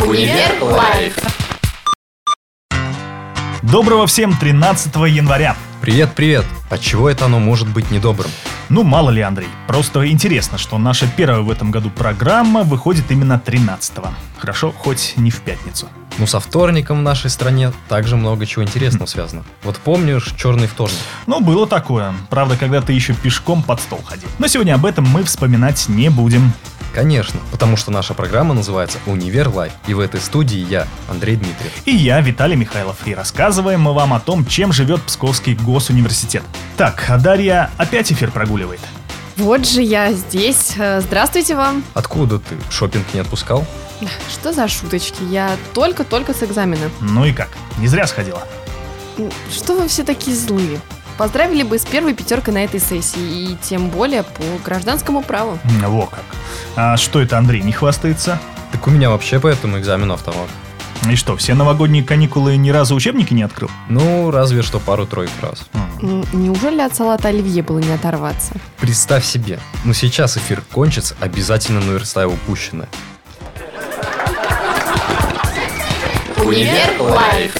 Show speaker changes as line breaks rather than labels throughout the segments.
Универ Лайф.
Доброго всем 13 января.
Привет-привет! Отчего А это оно может быть недобрым?
Ну, мало ли, Андрей. Просто интересно, что наша первая в этом году программа выходит именно 13 Хорошо, хоть не в пятницу.
Ну, со вторником в нашей стране также много чего интересного связано. Вот помнишь черный вторник?
Хм. Ну, было такое. Правда, когда ты еще пешком под стол ходил. Но сегодня об этом мы вспоминать не будем.
Конечно, потому что наша программа называется «Универ Лайф», и в этой студии я, Андрей Дмитриев.
И я, Виталий Михайлов, и рассказываем мы вам о том, чем живет Псковский госуниверситет. Так, а Дарья опять эфир прогуливает.
Вот же я здесь. Э, Здравствуйте вам.
Откуда ты? Шопинг не отпускал?
Что за шуточки? Я только-только с экзамена.
Ну и как? Не зря сходила.
М, Что вы все такие злые? Поздравили бы с первой пятеркой на этой сессии, и тем более по гражданскому праву.
М, Во как. А что это Андрей не хвастается?
Так у меня вообще по этому экзамену автомат.
И что, все новогодние каникулы ни разу учебники не открыл?
Ну, разве что пару-тройку раз.
М.
М, Неужели от салата оливье было не оторваться?
Представь себе, ну сейчас эфир кончится, обязательно наверстаю упущенное.
Универ Лайф.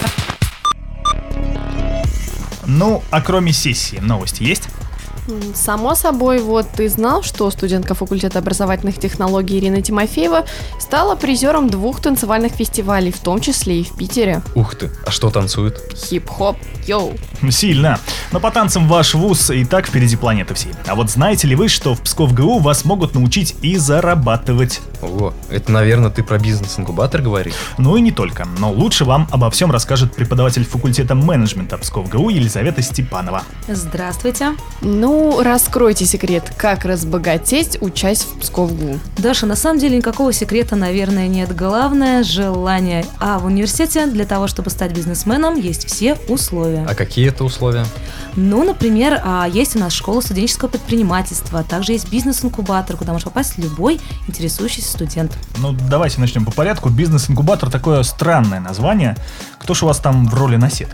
Ну, а кроме сессии новости есть?
М, Само собой, вот ты знал, что студентка факультета образовательных технологий Ирина Тимофеева стала призером двух танцевальных фестивалей, в том числе и в Питере.
Ух ты, а что танцует?
Хип-хоп, йоу!
Сильно. Но по танцам ваш вуз и так впереди планеты всей. А вот знаете ли вы, что в Псков ГУ вас могут научить и зарабатывать?
Ого, это, наверное, ты про бизнес-инкубатор говоришь?
Ну и не только. Но лучше вам обо всем расскажет преподаватель факультета менеджмента Псков ГУ Елизавета Степанова.
Здравствуйте.
Ну, раскройте секрет, как разбогатеть, учась в Псковгу.
Даша, на самом деле никакого секрета, наверное, нет. Главное – желание. А в университете для того, чтобы стать бизнесменом, есть все условия.
А какие это условия?
Ну, например, а, есть у нас школа студенческого предпринимательства, также есть бизнес-инкубатор, куда может попасть любой интересующийся студент.
Ну, давайте начнем по порядку. Бизнес-инкубатор такое странное название. Кто ж у вас там в роли носит?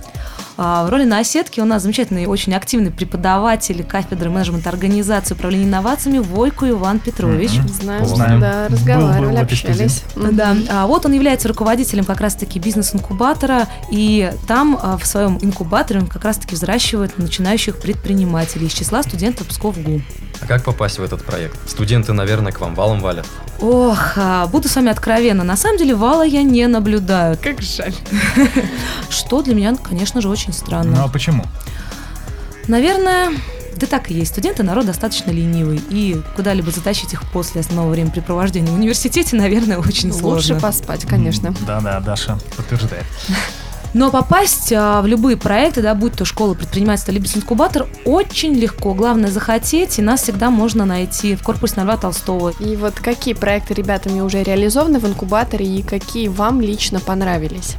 А, В роли наседки у нас замечательный и очень активный преподаватель кафедры менеджмента организации управления инновациями Войко Иван Петрович.
Мгм.
Знаем,
Знаем.
да,
Был,
разговаривали,
был в этой
общались. Мгм.
Да, а вот он является руководителем как раз-таки бизнес-инкубатора, и там а, в своем инкубаторе он как раз-таки взращивает начинающих предпринимателей из числа студентов Псков-ГУ.
А как попасть в этот проект? Студенты, наверное, к вам валом валят.
Ох, а, буду с вами откровенна, на самом деле вала я не наблюдаю,
Как жаль.
что для меня, конечно же, очень
Ну,
странно.
а почему?
Наверное, да так и есть, студенты народ достаточно ленивый, и куда-либо затащить их после основного времяпрепровождения в университете, наверное, очень сложно.
Лучше поспать, конечно.
Да-да, Даша подтверждает.
Но попасть а, в любые проекты, да, будь то школа предпринимательства, либо инкубатор, очень легко. Главное захотеть, и нас всегда можно найти в корпусе на Льва Толстого.
И вот какие проекты ребятами уже реализованы в инкубаторе и какие вам лично понравились?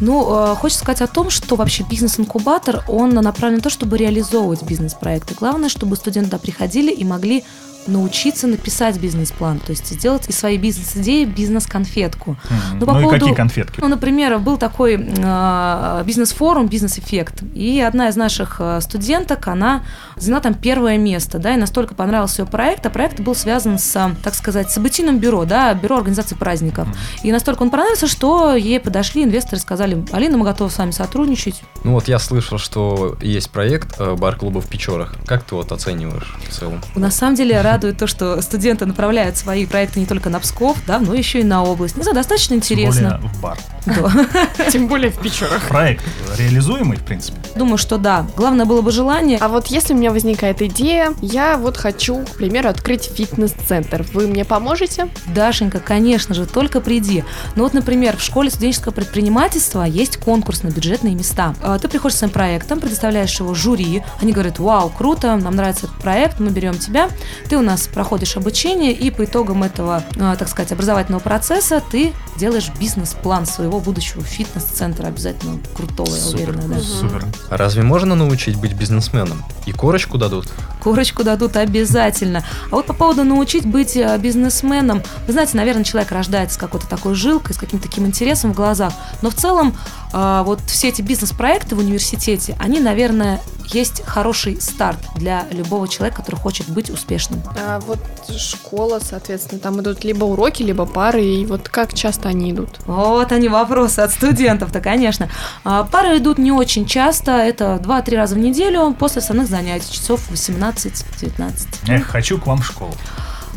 Ну, э, хочется сказать о том, что вообще бизнес-инкубатор, он направлен на то, чтобы реализовывать бизнес-проекты. Главное, чтобы студенты туда приходили и могли научиться написать бизнес-план, то есть сделать из своей бизнес-идеи бизнес-конфетку.
М,
Ну, по
ну и
поводу-
какие конфетки?
Ну, например, был такой э, бизнес-форум, бизнес-эффект. И одна из наших э, студенток, она заняла там первое место, да, и настолько понравился ее проект, а проект был связан с, э, так сказать, событийным бюро, да, бюро организации праздников.
Мгм.
И настолько он понравился, что ей подошли инвесторы, сказали, Алина, мы готовы с вами сотрудничать.
Ну вот я слышал, что есть проект э, бар-клуба в Печорах. Как ты вот оцениваешь в целом?
На самом деле радует то, что студенты направляют свои проекты не только на Псков, да, но еще и на область. Не знаю, достаточно
Тем
интересно.
более в бар.
Да.
Тем более в печерах.
Проект реализуемый, в принципе.
Думаю, что да. Главное было бы желание.
А вот если у меня возникает идея, я вот хочу, к примеру, открыть фитнес-центр. Вы мне поможете?
Дашенька, конечно же, только приди. Ну вот, например, в школе студенческого предпринимательства есть конкурс на бюджетные места. А, Ты приходишь с своим проектом, предоставляешь его жюри, они говорят, вау, круто, нам нравится этот проект, мы берем тебя, ты у нас проходишь обучение, и по итогам этого, а, так сказать, образовательного процесса ты делаешь бизнес-план своего будущего фитнес-центра, обязательно крутого, я
Супер.
уверена. да.
Супер.
А разве можно научить быть бизнесменом? И корочку дадут?
Корочку дадут обязательно. А вот по поводу научить быть э, бизнесменом. Вы знаете, наверное, человек рождается с какой-то такой жилкой, с каким-то таким интересом в глазах. Но в целом а, вот все эти бизнес-проекты в университете, они, наверное, есть хороший старт для любого человека, который хочет быть успешным.
А вот школа, соответственно, там идут либо уроки, либо пары, и вот как часто они идут?
Вот они вопросы от студентов-то, конечно. А, Пары идут не очень часто, это 2-3 раза в неделю после основных занятий, часов 18-19.
Эх, хочу к вам в школу.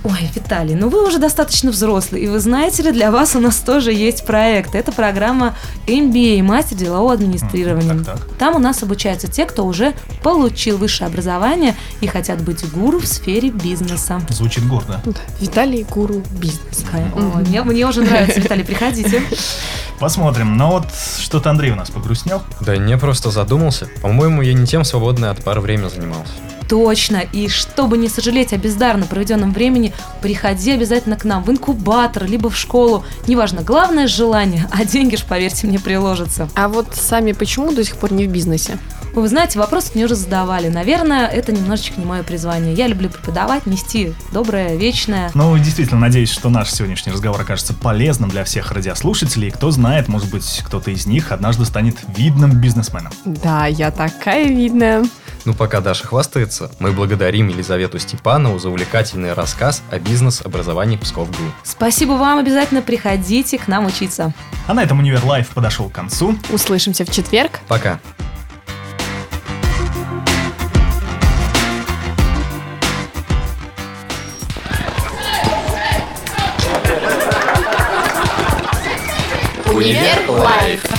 Ой, Виталий, ну вы уже достаточно взрослый, и вы знаете ли, для вас у нас тоже есть проект. Это программа MBA, мастер делового администрирования.
М, так, так.
Там у нас обучаются те, кто уже получил высшее образование и хотят быть гуру в сфере бизнеса.
Звучит гордо.
Виталий Гуру бизнес.
Такая, о, мне, мне уже нравится, Виталий, приходите.
Посмотрим. Но вот что-то Андрей у нас погрустнел.
Да не, просто задумался. По-моему, я не тем свободное от пар время занимался.
Точно. И чтобы не сожалеть о бездарно проведенном времени, приходи обязательно к нам в инкубатор, либо в школу. Неважно, главное желание, а деньги ж, поверьте мне, приложатся.
А вот сами почему до сих пор не в бизнесе?
Вы знаете, вопросы мне уже задавали. Наверное, это немножечко не мое призвание. Я люблю преподавать, нести доброе, вечное.
Ну, действительно, надеюсь, что наш сегодняшний разговор окажется полезным для всех радиослушателей. Кто знает, может быть, кто-то из них однажды станет видным бизнесменом.
Да, я такая видная.
Ну, пока Даша хвастается, мы благодарим Елизавету Степанову за увлекательный рассказ о бизнес-образовании Псков ГУ.
Спасибо вам, обязательно приходите к нам учиться.
А на этом «Универ Лайф» подошел к концу.
Услышимся в четверг.
Пока.
Универ Лайф.